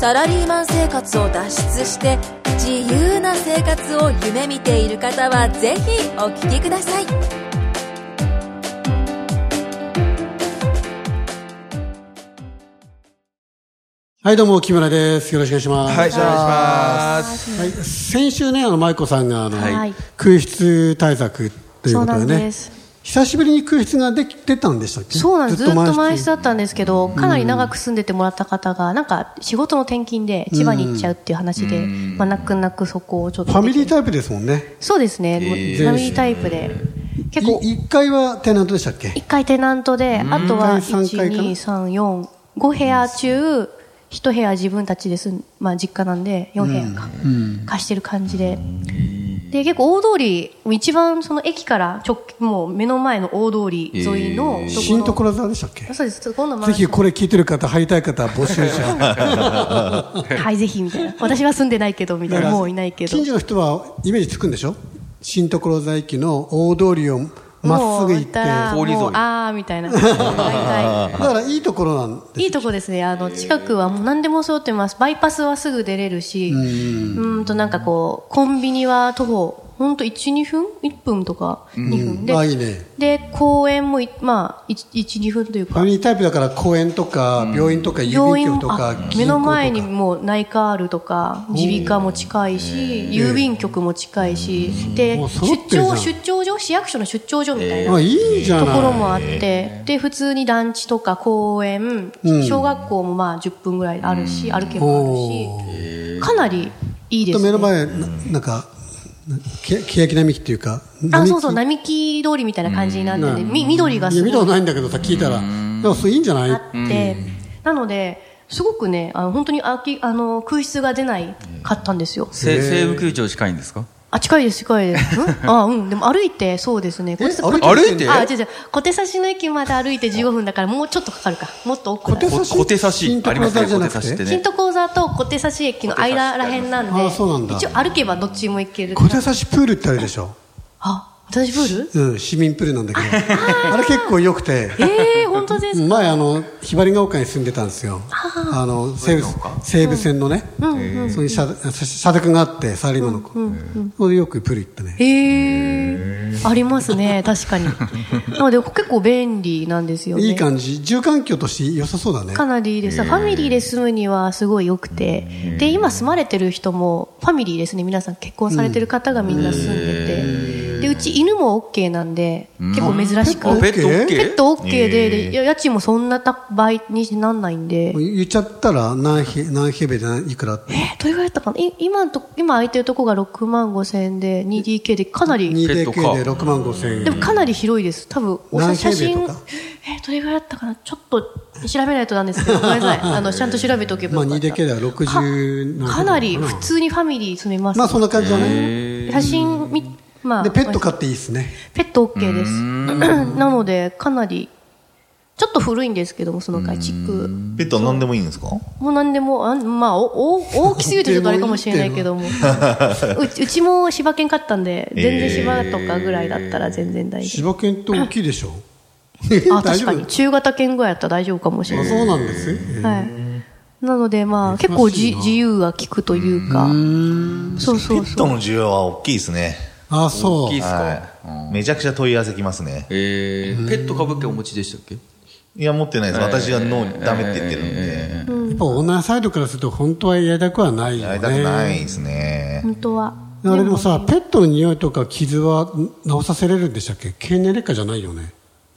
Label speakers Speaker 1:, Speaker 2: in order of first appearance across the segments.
Speaker 1: サラリーマン生活を脱出して自由な生活を夢見ている方はぜひお聞きください
Speaker 2: はい、どうも、木村です。よろしくお願いします。
Speaker 3: はい、お願いします。
Speaker 2: はい先週ね、あの、舞子さんが、あの、
Speaker 4: はい
Speaker 2: 空室対策という
Speaker 4: そ
Speaker 2: こ
Speaker 4: うな
Speaker 2: とで
Speaker 4: ん
Speaker 2: ね
Speaker 4: で、す。
Speaker 2: 久しぶりに空室ができ出たんでしたっけ
Speaker 4: そうなんです。ずっと満室だ
Speaker 2: だ
Speaker 4: ったんですけど、かなり長く住んでてもらった方が、なんか仕事の転勤で千葉に行っちゃうっていう話で、まあ泣く泣くそこをちょっ
Speaker 2: フ
Speaker 4: と。
Speaker 2: ァミリータイプですもんね。
Speaker 4: そうですね。ファミリータイプで。結構、
Speaker 2: 1階はテナントでしたっけ
Speaker 4: 一回テナントで、あとは
Speaker 2: 一回三
Speaker 4: 1、
Speaker 2: 回かな
Speaker 4: 2、3、4、5部屋中、一部屋自分たちです。まあ実家なんで、4部屋か。貸してる感じで。で、結構大通り、一番その駅から直、もう目の前の大通り沿いのところ。
Speaker 2: 新所沢でしたっけ
Speaker 4: そうです。今度マ
Speaker 2: ぜ
Speaker 4: ンシ
Speaker 2: ひ
Speaker 4: ョン
Speaker 2: これ聞いてる方、入りたい方は募集し ます。
Speaker 4: はい、ぜひ、みた いな。私は住んでないけど、みたいな。もういないけど
Speaker 2: 近。所の人はイメージつくんでしょ新所沢駅の大通りをまっすぐ行って。だ
Speaker 3: 通り沿い
Speaker 4: もう、あー、みたいな。大体。
Speaker 2: からいいところなんで
Speaker 4: いいとこですね。あの、近くはもう何でも揃ってます。バイパスはすぐ出れるし、うーんとなんかこう、コンビニは徒歩、ほんと1、2分 ?1 分とか、2分で、
Speaker 2: あ、いいね。
Speaker 4: で、公園もい、まあ、1、2分という
Speaker 2: ファ
Speaker 4: か
Speaker 2: ミ、リータイプだから公園とか病院とか郵
Speaker 4: 病
Speaker 2: 便
Speaker 4: 院
Speaker 2: 局と
Speaker 4: も、
Speaker 2: か
Speaker 4: あ
Speaker 2: 銀行とか
Speaker 4: 目の前にもう内科あるとか、耳鼻科も近いし、郵便局も近いし、で、
Speaker 2: もう揃
Speaker 4: 出
Speaker 2: ってるじゃん
Speaker 4: 張、出張所、市役所の出張所みたいな。
Speaker 2: あいいじゃない
Speaker 4: ところもあって、で、普通に団地とか公園、小学校もまあ10分ぐらいあるし、歩けばあるし、かなりいい
Speaker 2: ち
Speaker 4: で
Speaker 2: ょっ
Speaker 4: す
Speaker 2: と目の
Speaker 4: ね。
Speaker 2: 前ななんかなけ欅並木っていうか
Speaker 4: あ、そうそう、
Speaker 2: 並
Speaker 4: 並木通りみたいな感じになって
Speaker 2: うん
Speaker 4: て、み緑が
Speaker 2: 木い
Speaker 4: す
Speaker 2: や見たこと
Speaker 4: ごい
Speaker 2: ないんだけどさ聞いたらでもそれいいんじゃない
Speaker 4: あって、なので、すごくね、あの本当に空き、あの、空室が出ないかったんですよ。
Speaker 3: せ西武球場近いんですか
Speaker 4: あ、近いです、近い です。んあ、うん、でも歩いて、そうですね。こ
Speaker 2: え
Speaker 4: て
Speaker 2: 歩いて
Speaker 3: 歩いて
Speaker 4: あ、違う違う。小手差しの駅まで歩いて15分だから、もうちょっとかかるか。もっと奥
Speaker 2: 小
Speaker 4: だ
Speaker 2: 手差し
Speaker 3: 小手差し
Speaker 2: 新所
Speaker 3: あります
Speaker 2: 沢
Speaker 3: ね
Speaker 2: じゃ
Speaker 3: 小
Speaker 2: な
Speaker 3: 手
Speaker 2: くて
Speaker 3: 差しって
Speaker 4: 新
Speaker 3: ね
Speaker 4: 都講座と小手差し駅の間らへんなんで、
Speaker 2: あそうなんだ
Speaker 4: 一応歩けばどっちも行ける。
Speaker 2: 小手差しプールってあるでしょ、
Speaker 4: あ、私 プール
Speaker 2: うん、市民プールなんだけどあれ結構良くて
Speaker 4: ええー、本当ですか
Speaker 2: 前あのひばりが丘に住んでたんですよあの西武西武線のね、そういう社社宅があってサラリーマンの子、そこでよくプール行ったね
Speaker 4: ええー、ありますね、確 かに。なので、結構便利なんですよね。
Speaker 2: いい感じ住環境として良さそうだね
Speaker 4: かなりいいです。ファミリーで住むにはすごい良くて。で、今住まれてる人も、ファミリーですね。皆さん結婚されてる方がみんな住んでて。で、うち犬も OK なんで、結構珍しく。
Speaker 3: あペット OK？
Speaker 4: ペット OK で、でいや家賃もそんなた倍になんないんで。
Speaker 2: 言っちゃったら何平何平米で何いくらって
Speaker 4: えどれぐらいだったかない今のとこ、今空いてるとこが6万5千円で、2DK でかなり、
Speaker 3: ットか
Speaker 2: 2DK で6万5千円
Speaker 4: でもかなり広いです。多分、お
Speaker 2: 何
Speaker 4: 写真、
Speaker 2: 平米
Speaker 4: え
Speaker 2: とか
Speaker 4: どれぐらいだったかなちょっと調べないとなんですけど、ごめんなさい。あの、ちゃんと調べておけば
Speaker 2: まあ
Speaker 4: よかった。
Speaker 2: 2DK では60
Speaker 4: かかなり普通にファミリー住めます。
Speaker 2: まあそんな感じだね
Speaker 4: 写真み、まあ、
Speaker 2: でペット飼
Speaker 4: か
Speaker 2: っていいですね
Speaker 4: ペット OK です。なので、かなり、ちょっと古いんですけども、その改築。
Speaker 5: ペットは何でもいいんですか
Speaker 4: もう何でも、あんまあ、おお大きすぎてちょっとあれかもしれない けども。うちうちも柴犬飼ったんで、全然柴とかぐらいだったら全然大丈
Speaker 2: 柴
Speaker 4: 夫。
Speaker 2: 犬って大きいでしょ
Speaker 4: あ、確 かに。
Speaker 2: あ
Speaker 4: 中型犬ぐらいだったら大丈夫かもしれない。
Speaker 2: そうなんですよ
Speaker 4: はい。なのでまあ、結構じ自由が利くというか。そうそう
Speaker 5: ペッ
Speaker 4: そ
Speaker 5: ト
Speaker 4: う。
Speaker 5: の需要は大きいですね。
Speaker 2: あそ
Speaker 3: 大きいっ
Speaker 2: う
Speaker 3: すか
Speaker 5: はい。めちゃくちゃ問い合わせきますね。
Speaker 3: えーペット株券お持ちでしたっけ
Speaker 5: いや、持ってないです。私がノーダメって言ってるんで。
Speaker 2: やっぱオーナーサイドからすると本当はやりたくはないよ
Speaker 5: や
Speaker 2: ね
Speaker 5: りたくないですね。
Speaker 4: 本当は。
Speaker 2: あれでもさペットの匂いとか傷は治させれるんでしたっけ経年劣化じゃないよね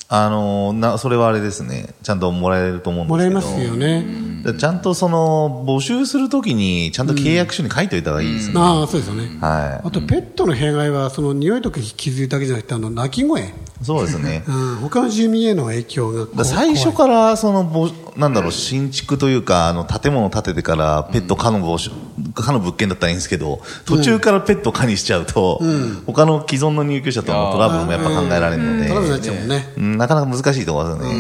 Speaker 5: あの、な、それはあれですね。ちゃんともらえると思うんですけ
Speaker 2: もら
Speaker 5: ど。
Speaker 2: えますよね
Speaker 5: だからちゃんとその、募集するときに、ちゃんと契約書に書いといた方がいいですね。
Speaker 2: ああそうですよね
Speaker 5: は
Speaker 2: あとペットの弊害はその匂いとか傷だけじゃなくてあの鳴き声
Speaker 5: い。そうですね。
Speaker 2: うん他の住民への影響がこう
Speaker 5: だから最初
Speaker 2: 怖い
Speaker 5: から、その、ぼなんだろう、新築というか、あの、建物を建ててから、ペット可の募集、他の物件だったらいいんですけど、途中からペットを蚊にしちゃうと、他の既存の入居者とのトラブルもやっぱ考えられるので、
Speaker 2: トラブルになっちゃうもんね。
Speaker 5: うんなかなか難しいところですよね。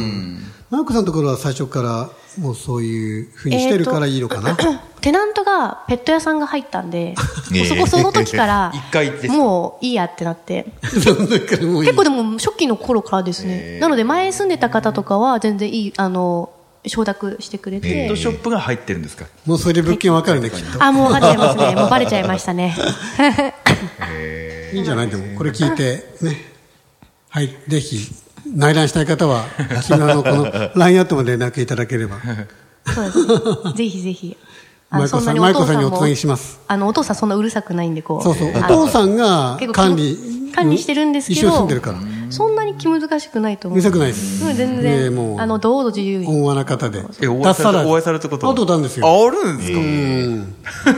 Speaker 2: マークさんのところは最初からもうそういうふうにしてるからいいのかな。
Speaker 4: テナントがペット屋さんが入ったんで、
Speaker 5: いえいえ
Speaker 4: そこその時から
Speaker 3: 一回です、か
Speaker 4: もういいやってなって。
Speaker 2: そん なからもういい
Speaker 4: 結構でも初期の頃からですね。なので前住んでた方とかは全然いい、あの、承諾してくれ
Speaker 5: え
Speaker 4: て
Speaker 5: え
Speaker 3: ット。ショップが入ってるんですか
Speaker 2: もうそれで物件わかるね、きっと。
Speaker 4: あ、もうバレちゃいますね。もうバレちゃいましたね。
Speaker 2: いいんじゃないでも、これ聞いて、ね。はい、ぜひ、内覧したい方は、昨日のこの LINE アットまで連絡いただければ。
Speaker 4: そうです。ぜひぜひ。あ
Speaker 2: 舞
Speaker 4: の
Speaker 2: 子
Speaker 4: そん
Speaker 2: さ
Speaker 4: なんにお父
Speaker 2: 舞子さ
Speaker 4: さん
Speaker 2: んにお
Speaker 4: も
Speaker 2: 伝えします。
Speaker 4: あの、お父さんそんなうるさくないんで、こう。
Speaker 2: そうそう。お
Speaker 4: あの
Speaker 2: 父さんが
Speaker 4: 結構
Speaker 2: 管理。
Speaker 4: 管理してるんですけど。
Speaker 2: 一緒に住んでるから。
Speaker 4: そんなに気難しくないと
Speaker 2: う
Speaker 4: 思う。
Speaker 2: るさくないです。
Speaker 4: うん全
Speaker 2: ねえ
Speaker 4: 然、
Speaker 2: もう
Speaker 4: あの、堂々と自由に。
Speaker 2: 温和な方で。
Speaker 3: え、お会い
Speaker 2: 脱サ
Speaker 3: された
Speaker 2: ラ
Speaker 3: お会いされたことは
Speaker 2: あとたんですよ。
Speaker 3: あ、あるんですか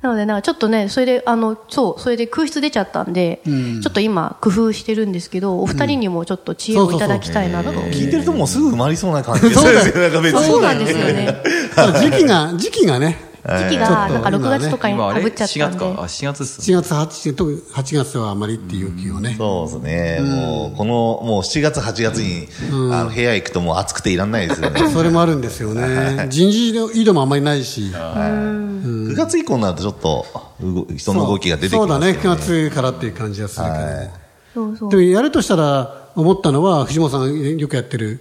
Speaker 4: なので、なんかちょっとね、それで、あの、そう、それで空室出ちゃったんで、ちょっと今、工夫してるんですけど、お二人にもちょっと知恵
Speaker 2: そう
Speaker 4: を
Speaker 2: そうそう
Speaker 4: いただきたいなと。
Speaker 5: 聞いてるともうすぐ埋まりそうな感じですよね。なんか別に
Speaker 4: そうなんですよね。
Speaker 2: ただ時期が、時期がね、
Speaker 4: 時期が、
Speaker 2: ちょっと
Speaker 4: なんか6月とかに
Speaker 3: 今あ
Speaker 4: か
Speaker 3: れ
Speaker 4: ぶっちゃっ
Speaker 3: ?4
Speaker 4: たん
Speaker 3: 月
Speaker 4: で。
Speaker 3: か。あ、4月っすね。
Speaker 2: 4月8日と8月はあまりっていう気をね。
Speaker 5: そうですね。もう、この、もう7月、8月に、あの、部屋行くともう暑くていらんないですよね。
Speaker 2: それもあるんですよ ね。人事の井戸もあまりないし。
Speaker 5: 9月以降になるとちょっと、うご人の動きが出てき
Speaker 2: そう
Speaker 5: ま
Speaker 2: だ
Speaker 5: す
Speaker 2: ね、
Speaker 5: よ
Speaker 2: 9
Speaker 5: ね。
Speaker 2: 月からっていう感じがするけど。
Speaker 4: そうそう
Speaker 2: で。もやるとしたら、思ったのは、藤本さんよくやってる、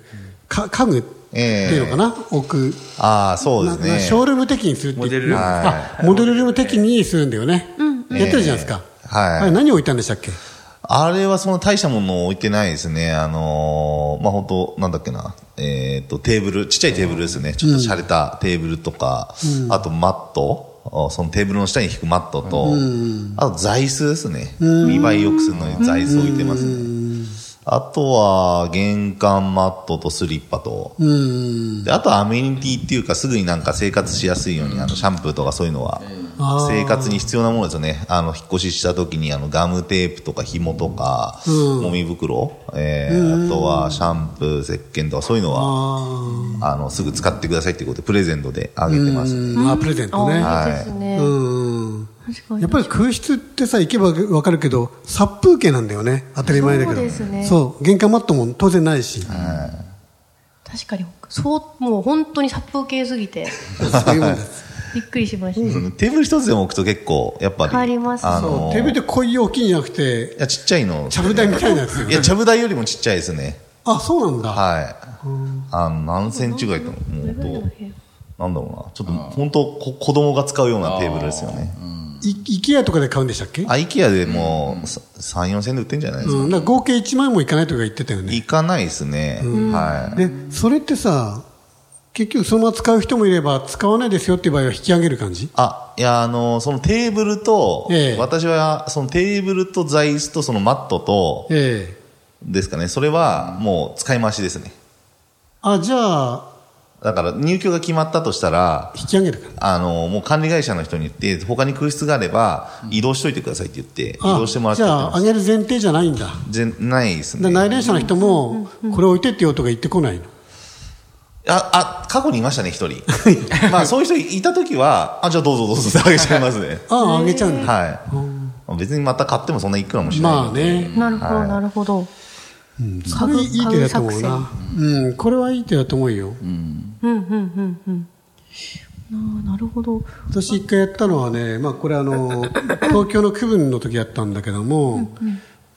Speaker 2: か家具っていうのかな、置く。
Speaker 5: ああ、そうで
Speaker 2: な
Speaker 5: す
Speaker 2: な
Speaker 5: ね。
Speaker 2: ショールーム的にするって
Speaker 3: モデルルーム
Speaker 2: あモデルルーム的にするんだよね。やってるじゃないですか。
Speaker 5: ええはい
Speaker 2: あれ何置いたんでしたっけ
Speaker 5: あれはそんな大したものを置いてないですね。あのーまあ、本当なんだっけな。えっ、と、テーブル、ちっちゃいテーブルですね。ちょっと洒落たテーブルとか、あとマット。あそのテーブルの下に引くマットと、あと座椅子ですね。見栄え良くするのに座椅子置いてますね。あとは、玄関マットとスリッパと、であとはアメニティっていうか、すぐになんか生活しやすいように、あの、シャンプーとかそういうのは、生活に必要なものですよね。あの、引っ越しした時に、あの、ガムテープとか紐とか、ゴミ袋、えー、あとはシャンプー、石鹸とかそういうのは、
Speaker 2: あ
Speaker 5: あの、すぐ使ってくださいってことで、プレゼントであげてますね。
Speaker 2: ーあ、プレゼントね。
Speaker 4: あいいですね。
Speaker 2: うん。
Speaker 4: 確かに
Speaker 2: やっぱり空室ってさ、行けばわかるけど、殺風景なんだよね。当たり前だけど。
Speaker 4: そうですね
Speaker 2: そう玄関マットも当然ないし。
Speaker 4: 確かに、そう、もう本当に殺風景すぎて、
Speaker 2: そういうもん です。
Speaker 4: びっくりしました。
Speaker 5: テーブル一つでも置くと結構、やっぱり。
Speaker 4: 変わります
Speaker 5: あ
Speaker 2: そ
Speaker 5: の
Speaker 2: う、テーブルっ
Speaker 5: い
Speaker 2: てこういう大きいんじゃなくて、
Speaker 5: や、ちっちゃいの。
Speaker 2: ちゃぶ台みたいなやつ。
Speaker 5: いや、ちゃぶ台よりもちっちゃいですね。
Speaker 2: あ、そうなんだ。
Speaker 5: はい。あの、何センチぐらいだと思うもうほんと、なんだろうな。ちょっと、本当こ子供が使うようなテーブルですよね。
Speaker 2: い、イケアとかで買うんでしたっけ
Speaker 5: あ、イケアでもう、さ3、4千で売ってんじゃないですか。
Speaker 2: うん、だから合計1万円もいかないとか言ってたよね。
Speaker 5: 行かないですね。はい。
Speaker 2: で、それってさ、結局そのまま使う人もいれば、使わないですよっていう場合は引き上げる感じ
Speaker 5: あ、いや、あの、そのテーブルと、
Speaker 2: ええ
Speaker 5: 私は、そのテーブルと座椅子とそのマットと、
Speaker 2: ええ
Speaker 5: ですかね、それはもう使い回しですね。
Speaker 2: あ、じゃあ、
Speaker 5: だから、入居が決まったとしたら、
Speaker 2: 引き上げるか。
Speaker 5: あの、もう管理会社の人に言って、他に空室があれば、移動しといてくださいって言って、移
Speaker 2: あ
Speaker 5: 動してもらっ
Speaker 2: じ
Speaker 5: てや
Speaker 2: ゃ
Speaker 5: って
Speaker 2: あ、
Speaker 5: ます
Speaker 2: 上げる前提じゃないんだ。
Speaker 5: じゃないです
Speaker 2: で
Speaker 5: ね。
Speaker 2: 内連者の人も、これ置いてってよとか言ってこないの。
Speaker 5: あ、あ、過去にいましたね、一人。 まあ、そういう人いたときは、あ、じゃあどうぞどうぞってあげちゃいます ね。
Speaker 2: ああ、上げちゃうんだ。
Speaker 5: はい。別にまた買ってもそんなにいくらもしない
Speaker 2: まあ
Speaker 5: ので。
Speaker 2: ね。
Speaker 4: なるほど、なるほど。
Speaker 2: これいい手だと思う
Speaker 4: 家具
Speaker 2: な。うん、これはいい手だと思うよ。
Speaker 4: うん、うん、うん、うん。あーなるほど。
Speaker 2: 私一回やったのはね、まあこれあ の、東京の区分の時やったんだけども、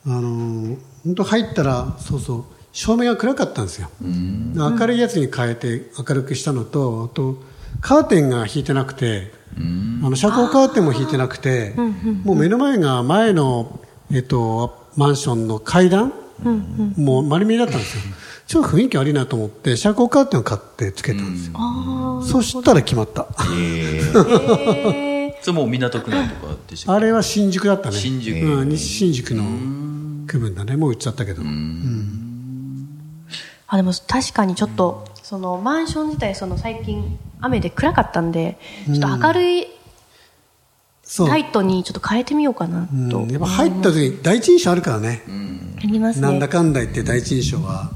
Speaker 2: あの、本当入ったら、そうそう、照明が暗かったんですよ。明るいやつに変えて明るくしたのと、あと、カーテンが引いてなくて、あの、遮光カーテンも引いてなくて、もう目の前が前の、えっと、マンションの階段、もう丸見えだったんですよ。ちょっと雰囲気悪いなと思って、遮光カーテンを買ってつけたんですよ。
Speaker 4: あ
Speaker 2: そしたら決まった。
Speaker 4: あ。へえ。
Speaker 3: それもう港区内とかでしたっ
Speaker 2: あれは新宿だったね。
Speaker 3: 新宿
Speaker 2: うん、西新宿の区分だね。もう売っちゃったけど。
Speaker 4: あ、でも確かにちょっと、そのマンション自体、その最近雨で暗かったんで、ちょっと明るい
Speaker 2: そう。
Speaker 4: ライトにちょっと変えてみようかな
Speaker 2: うん
Speaker 4: と。
Speaker 2: やっぱ入った時、第一印象あるからね。
Speaker 4: あります
Speaker 2: なんだ
Speaker 4: ね。
Speaker 2: かんだ言って第一印象は。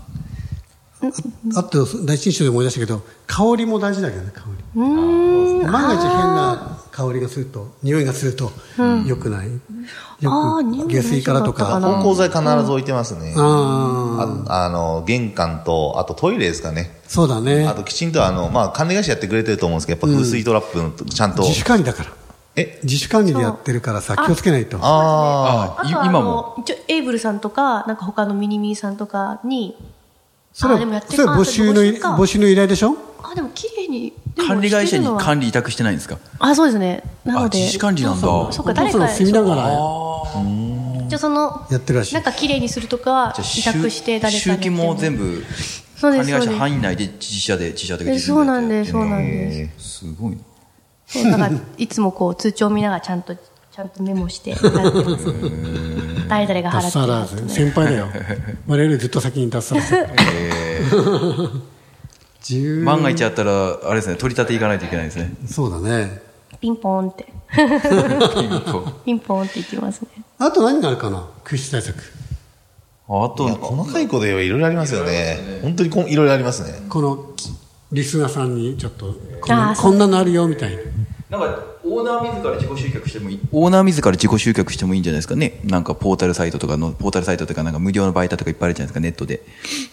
Speaker 2: あと第一印象で思い出したけど香りも大事だけどね香り万が一変な香りがすると匂いがすると良くない、
Speaker 4: あー匂
Speaker 2: よ
Speaker 4: い
Speaker 2: く下水からと
Speaker 4: 大丈夫だったか
Speaker 2: か
Speaker 4: な
Speaker 5: 芳香剤必ず置いてますね。
Speaker 2: あー
Speaker 5: ああの、玄関と、あとトイレですかね。
Speaker 2: そうだね
Speaker 5: あときちんとあの、まあ、管理会社やってくれてると思うんですけど、やっぱ風水トラップのちゃんと。
Speaker 2: 自主管理だから
Speaker 5: え
Speaker 2: 自主管理でやってるからさ気をつけないと
Speaker 5: あ
Speaker 3: あ
Speaker 4: あ
Speaker 3: い
Speaker 4: とあ
Speaker 3: 今も
Speaker 4: の一応エイブルさんとかなんか他のミニミーさんとかに
Speaker 2: それ
Speaker 4: あでもや
Speaker 2: は
Speaker 4: ってるか
Speaker 2: それは募集のい
Speaker 4: あ
Speaker 2: 募集の依頼でしょ
Speaker 4: あでも綺麗にでも
Speaker 3: 管理会社に
Speaker 4: してるのは
Speaker 3: 管理委託してないんですか
Speaker 4: あそうですねなので
Speaker 3: あ自主管理なんだ
Speaker 4: そうそうそうか誰
Speaker 2: そう
Speaker 4: か
Speaker 2: そう住みながら
Speaker 4: じゃあその
Speaker 2: やってるらしい
Speaker 4: なんか綺麗にするとか
Speaker 3: じゃあ
Speaker 4: 委託して誰かに
Speaker 3: 集金も全
Speaker 4: 部
Speaker 3: 部
Speaker 4: そうで
Speaker 3: 管
Speaker 4: す
Speaker 3: 理会
Speaker 4: そう
Speaker 3: 社
Speaker 4: です
Speaker 3: 範囲内で自社で自社で
Speaker 4: え
Speaker 3: 自
Speaker 4: そう
Speaker 3: 分
Speaker 4: な
Speaker 3: やっ
Speaker 4: ん
Speaker 3: てや
Speaker 4: で
Speaker 3: っ
Speaker 4: す
Speaker 3: て
Speaker 4: そうなん
Speaker 3: ん
Speaker 4: です
Speaker 5: ー
Speaker 3: だすごいな
Speaker 4: そうだからいつもこう通帳見ながらちゃんとちゃんとメモして誰々が
Speaker 2: 脱サ
Speaker 4: 払
Speaker 2: ラ
Speaker 4: って
Speaker 2: ー
Speaker 4: ると
Speaker 2: ズ
Speaker 4: ね
Speaker 2: 先輩だよ我々よりずっと先に脱サラーズ 十
Speaker 3: 万が一あったらあれですね取り立ていかないといけないです ね
Speaker 2: そうだね
Speaker 4: ピンポーンってピンポーンっていきますね
Speaker 2: あと何があるかな空室対策
Speaker 3: あ
Speaker 5: いや
Speaker 3: と
Speaker 5: 細かいこと言えばいろいろありますよね。本当にこいろいろありますね。
Speaker 2: このリスナーさんにちょっとこん
Speaker 4: あー
Speaker 2: な
Speaker 4: そう
Speaker 2: こんなのあるよみたいな
Speaker 3: なんかオーナー自ら自己集客してもいいオーナー自ら自己集客してもいいんじゃないですかねなんかポータルサイトとかのポータルサイトとかなんか無料の媒体とかいっぱいあるじゃないですかネットで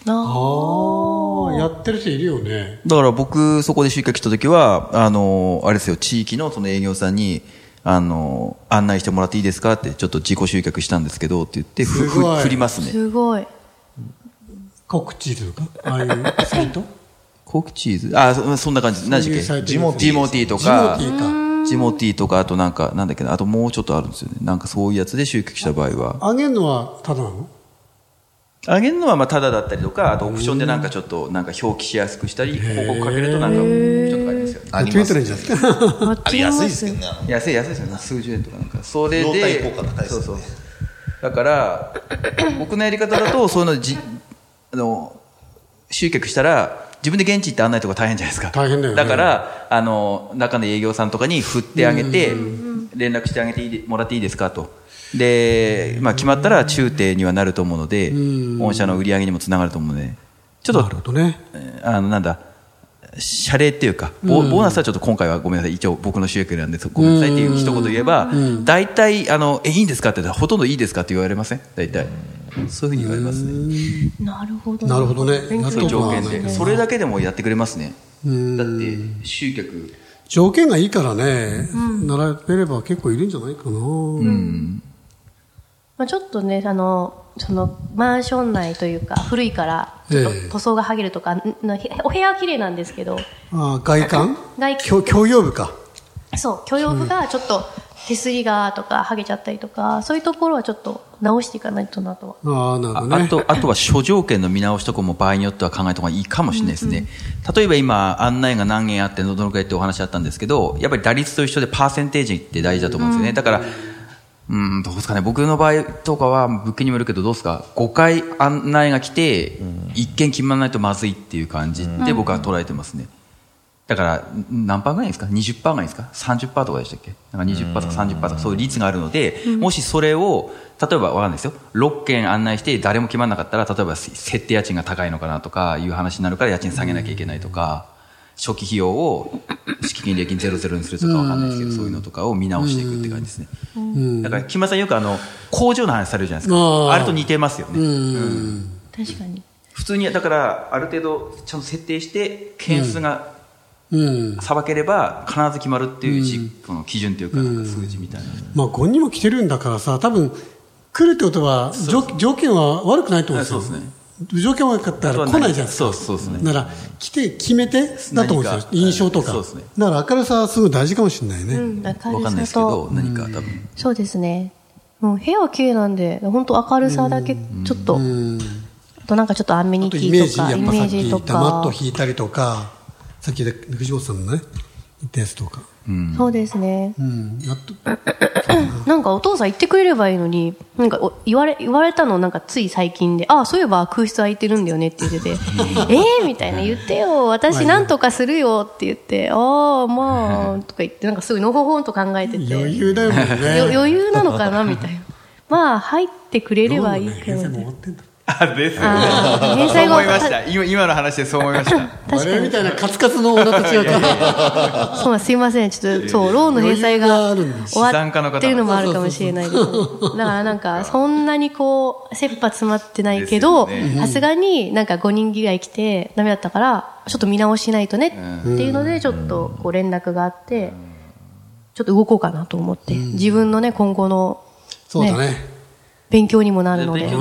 Speaker 4: あ
Speaker 2: ああやってる人いるよね
Speaker 3: だから僕そこで集客した時はあのあれですよ地域のその営業さんにあの案内してもらっていいですかってちょっと自己集客したんですけどって言ってふ
Speaker 2: すごい
Speaker 3: ふ振ります
Speaker 4: ー
Speaker 3: ね
Speaker 4: すごい
Speaker 2: 告知とかああいうサイト
Speaker 3: コークチーズあそそんな感じ何でし
Speaker 2: そ
Speaker 3: た
Speaker 2: ういうサイ
Speaker 3: っけ
Speaker 2: ト
Speaker 3: ジモティ
Speaker 2: ジ
Speaker 3: ジモ
Speaker 2: モ
Speaker 3: ティと
Speaker 2: ジモ
Speaker 3: か
Speaker 2: ティーか
Speaker 3: ジモティとかあとなんかなんだっけなあともうちょっとあるんですよねなんかそういうやつで集客した場合は
Speaker 2: あげるのはただなの
Speaker 3: あげるのはまあタダだったりとか、あとオプションでなんかちょっとなんか表記しやすくしたり、広告かけるとなんかオプションとかありますよね。
Speaker 5: あり
Speaker 2: トゥイ
Speaker 5: ま
Speaker 2: ート
Speaker 5: す
Speaker 2: レンじゃないですか
Speaker 4: あっ
Speaker 5: あれ安いですけどね。あの
Speaker 3: 安い安いですよね。数十円とかなんか。それ
Speaker 5: 動体
Speaker 3: で、
Speaker 5: 硬貨高いです
Speaker 3: そ
Speaker 5: よ
Speaker 3: う
Speaker 5: ね
Speaker 3: そう。だから、 僕のやり方だと、そういうのじ、あの、集客したら、自分で現地行って案内とか大変じゃないですか。
Speaker 2: 大変だよね
Speaker 3: だから、あの、中の営業さんとかに振ってあげて、連絡してあげていいでもらっていいですかと。で、まあ決まったら中定にはなると思うので、御社の売り上げにもつながると思うので、ちょっと
Speaker 2: なるほど ね
Speaker 3: えーあの、なんだ、謝礼っていうか、ボボーナスはちょっと今回はごめんなさい、一応僕の収益なんで、そごめんなさいっていう一言言えば、大体、あの、え、いいんですかって言ったら、ほとんどいいですかって言われません大体。そういうふうに言われますね。
Speaker 4: なるほど
Speaker 2: なるほどね納
Speaker 3: そうい
Speaker 2: 得
Speaker 3: う条
Speaker 2: は
Speaker 3: 件
Speaker 2: ない
Speaker 3: で。それだけでもやってくれますね。だって、集客。
Speaker 2: 条件がいいからね、並べれば結構いるんじゃないかな、
Speaker 4: まあ、ちょっとねあのそのマンション内というか古いからちょっ
Speaker 2: ええ
Speaker 4: と塗装が剥げるとか、んなへお部屋は綺麗なんですけど
Speaker 2: ああ外観
Speaker 4: 外
Speaker 2: 教教養部か
Speaker 4: そう許容部がちょっと手すりがとか剥げちゃったりとかそういうところはちょっと直していかないとなと
Speaker 2: あ
Speaker 4: は
Speaker 2: あなるほど
Speaker 3: あ
Speaker 2: ね
Speaker 3: あと、あとは諸条件の見直しとかも場合によっては考えた方がいいかもしれないですね。例えば今、案内が何件あって、どのくらいってお話あったんですけど、やっぱり打率と一緒でパーセンテージって大事だと思うんですよね。だから、うん、どうですかね。僕の場合とかは、物件にもよるけど、どうですか ?5 回案内が来て、1件決まらないとまずいっていう感じで僕は捉えてますね。だから、ん何パーぐらいですか ?20 パーぐらいですか ?30 パーとかでしたっけなんか20パーとか30パーとかそういう率があるので、もしそれを、例えばわかんないですよ。6件案内して誰も決まんなかったら、例えばせ設定家賃が高いのかなとかいう話になるから家賃下げなきゃいけないとか、初期費用を敷金礼金ゼロゼロにするとかわかんないですけど、そういうのとかを見直していくって感じですね。だから、木村さんよくあの、工場の話されるじゃないです
Speaker 2: あ
Speaker 3: か。
Speaker 2: ー
Speaker 3: あれと似てますよね。
Speaker 4: 確かに
Speaker 3: 普通に、だから、ある程度ちゃんと設定して、件数が
Speaker 2: うん
Speaker 3: さばければ必ず決まるっていうじ、この基準というかなんか数字みたいな、
Speaker 2: まあ5人も来てるんだからさ多分来るってことは条条件は悪くないと思うんですよ
Speaker 3: あそうです
Speaker 2: 条件悪かったら来ないじゃん
Speaker 3: そうそうですね
Speaker 2: なら来て決めてだと思うんです
Speaker 3: 何
Speaker 2: よ
Speaker 3: か
Speaker 2: 印象とか
Speaker 3: そうですね
Speaker 2: だから明るさはすごい大事かもしれないね、
Speaker 4: うん明るさと
Speaker 3: わかんないですけど何か多分、
Speaker 4: そうですねもう部屋は綺麗なんで本当明るさだけちょっと、あとなんかちょっとアメ
Speaker 2: あ
Speaker 4: ニ
Speaker 2: と
Speaker 4: テ
Speaker 2: イメー
Speaker 4: ィと
Speaker 2: ジ
Speaker 4: か
Speaker 2: やっぱさっき
Speaker 4: と
Speaker 2: ダマッ
Speaker 4: か
Speaker 2: と引いたりとかさっきで藤本さんのね言ったやつとか
Speaker 4: そうですね
Speaker 2: うんあと
Speaker 4: なんかお父さん言ってくれればいいのに、なんかお言われ、言われたのなんかつい最近で、ああ、そういえば空室空いてるんだよねって言ってて、ええみたいな言ってよ、私なんとかするよって言って、ああ、まあ、とか言って、なんかすごいのほほんと考えてて、
Speaker 2: 余裕だよね
Speaker 4: よ余裕なのかなみたいな。まあ、入ってくれればいい
Speaker 2: どうもね
Speaker 4: け
Speaker 2: 偏
Speaker 4: ど
Speaker 2: 差も終
Speaker 4: ね
Speaker 2: わってんだ
Speaker 3: あですよね
Speaker 4: あー返済が
Speaker 3: そう思いました今今の話でそう思いました
Speaker 2: 我
Speaker 4: 確か
Speaker 2: 々み
Speaker 4: に
Speaker 2: たいなカツカツの女たち が
Speaker 4: そうなんですすいませんちょっとそうローンの返済
Speaker 2: 余裕があ
Speaker 4: が
Speaker 2: るんです
Speaker 4: 終わってるのもあるかもしれないですねだからなんかそんなにこう切羽詰まってないけど
Speaker 3: ですよ
Speaker 4: さすがになんか5人ぐらい来てダメだったからちょっと見直しないとねっていうのでちょっとこう連絡があってちょっと動こうかなと思って自分のね今後の
Speaker 2: そうだね
Speaker 4: 勉強にもなるので
Speaker 3: 勉
Speaker 2: う
Speaker 3: 強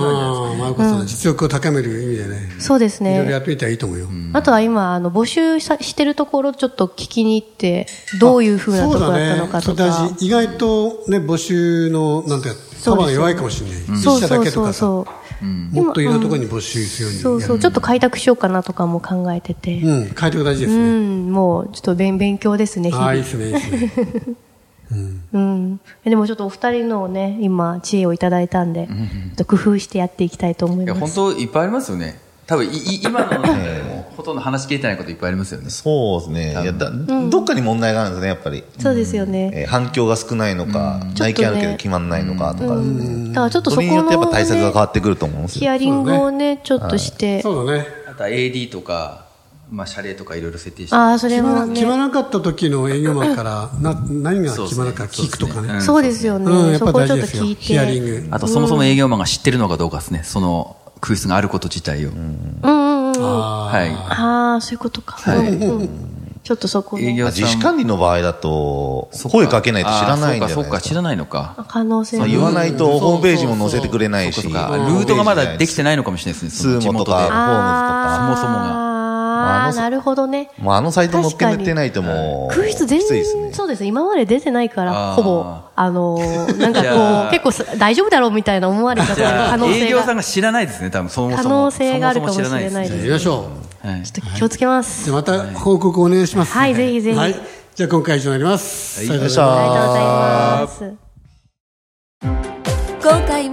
Speaker 2: んまゆこさん実力を高める意味でね
Speaker 4: そうです
Speaker 2: いろいろや
Speaker 4: ね
Speaker 2: ってみたらいいと思うよ、
Speaker 4: あとは今あの募集さしてるところちょっと聞きに行ってどういうふうなところだったのか
Speaker 2: そ
Speaker 4: と
Speaker 2: うだねそ
Speaker 4: か
Speaker 2: れ大事意外とね募集のなんていうか
Speaker 4: そ
Speaker 2: パ
Speaker 4: うですよね
Speaker 2: ワー弱いかもしれない、一
Speaker 4: そう
Speaker 2: 社
Speaker 4: そ
Speaker 2: だ
Speaker 4: う
Speaker 2: けと
Speaker 4: そ
Speaker 2: か
Speaker 4: う
Speaker 2: さ
Speaker 4: そう
Speaker 2: もっといろんなところに募集するように
Speaker 4: そうそう、ちょっと開拓しようかなとかも考えてて。
Speaker 2: うん、変えて大事で
Speaker 4: う
Speaker 2: すね。
Speaker 4: ん、もうちょっと勉勉強ですね、日
Speaker 2: ああ、いい
Speaker 4: 々。
Speaker 2: ですね、いいです ね。
Speaker 4: うん。でもちょっとお二人のをね、今、知恵をいただいたんで、ちょっと工夫してやっていきたいと思い
Speaker 3: いや
Speaker 4: ま
Speaker 3: 本
Speaker 4: す。
Speaker 3: 当いっぱいありますよね多分いい今の中でもほとんど話しきれてないこといっぱいありますよね
Speaker 5: そうですね。いやだどっかに問題があるんですね、やっぱり。
Speaker 4: そうですよね。
Speaker 5: えー反響が少ないのか、内見あるけど決まんないのかとかですね。
Speaker 4: だからちょっとそこ
Speaker 5: それによってやっぱ
Speaker 4: の、
Speaker 5: 対策が変わ
Speaker 4: ね、
Speaker 5: ってくると思うんです
Speaker 4: ヒ
Speaker 5: よ。
Speaker 4: アリングをね、ちょっとして、
Speaker 2: そうだね。
Speaker 3: あとは AD とか、まあ、謝礼とかいろいろ設定して
Speaker 4: ああ、それ
Speaker 2: 決まら
Speaker 4: は
Speaker 2: 決ま
Speaker 4: ね、
Speaker 2: らなかった時の営業マンから、な、何が
Speaker 3: そうで
Speaker 2: 決
Speaker 3: すね
Speaker 2: まらなか聞くとかね。
Speaker 4: そうですよね、
Speaker 2: うん、やっ
Speaker 4: そ
Speaker 2: ぱ
Speaker 4: こを
Speaker 2: 大
Speaker 4: ちょ
Speaker 2: 事で
Speaker 4: っ
Speaker 2: す
Speaker 4: と
Speaker 2: よ。
Speaker 4: 聞い
Speaker 2: ヒアリン
Speaker 4: て。
Speaker 2: グ。
Speaker 3: あとそもそも営業マンが知ってるのかどうかですねその空室があること自体を、
Speaker 4: うんうんうん。
Speaker 2: あ
Speaker 3: は
Speaker 4: ああ、そういうことか。うんうんちょっとそこ
Speaker 3: い営
Speaker 4: の
Speaker 3: 業
Speaker 5: まあ
Speaker 3: さん
Speaker 5: 自主管理の場合だと、
Speaker 3: そっ
Speaker 5: 声かけないと知らないんじ
Speaker 3: あー
Speaker 5: ゃない
Speaker 3: そうかそ
Speaker 5: で
Speaker 3: う
Speaker 5: す
Speaker 3: か
Speaker 5: か。
Speaker 3: 知らないのか
Speaker 4: 可能性
Speaker 5: まあ
Speaker 4: も
Speaker 5: 言わない
Speaker 2: うん
Speaker 5: とホームページも載せてくれないし、
Speaker 3: そうかルートがまだできてないのかもしれないです
Speaker 5: ス
Speaker 3: ね
Speaker 5: ー
Speaker 3: その
Speaker 5: モ
Speaker 3: 地元
Speaker 5: と
Speaker 3: で
Speaker 5: か、フォームズと
Speaker 3: あ
Speaker 5: か。
Speaker 3: もそもが
Speaker 5: あ
Speaker 4: ああ
Speaker 5: の
Speaker 4: ー、なるほどね。
Speaker 5: もうあのサイト載っけてないともう、
Speaker 4: 空室全
Speaker 5: きついですね
Speaker 4: 然、。そうですね。今まで出てないか
Speaker 3: あー
Speaker 4: ら、ほぼ、あの ー、なんか
Speaker 3: じゃあ
Speaker 4: こう、結構す大丈夫だろうみたいな思われちゃって
Speaker 3: じ
Speaker 4: る
Speaker 3: ゃ
Speaker 4: 可
Speaker 3: あ
Speaker 4: 能性
Speaker 3: 営業さん
Speaker 4: が。
Speaker 3: が知らないですね多分そもそも
Speaker 4: 可能性があるかもしれな
Speaker 3: そも
Speaker 4: い
Speaker 3: そも
Speaker 2: あ。
Speaker 3: 知
Speaker 2: じゃあ、やりましょ
Speaker 3: らないです
Speaker 4: ちょっと気をつけま
Speaker 2: う。
Speaker 4: す。
Speaker 2: じゃあ、また報告お願いします。
Speaker 4: はいぜひぜひ
Speaker 2: はい。じゃあ、今回は以上になります。
Speaker 5: よっ
Speaker 4: あ
Speaker 5: し
Speaker 4: りがとう
Speaker 5: ゃ
Speaker 4: ご
Speaker 5: ー
Speaker 4: ざいます。
Speaker 1: 今回も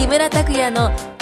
Speaker 1: 木村拓哉の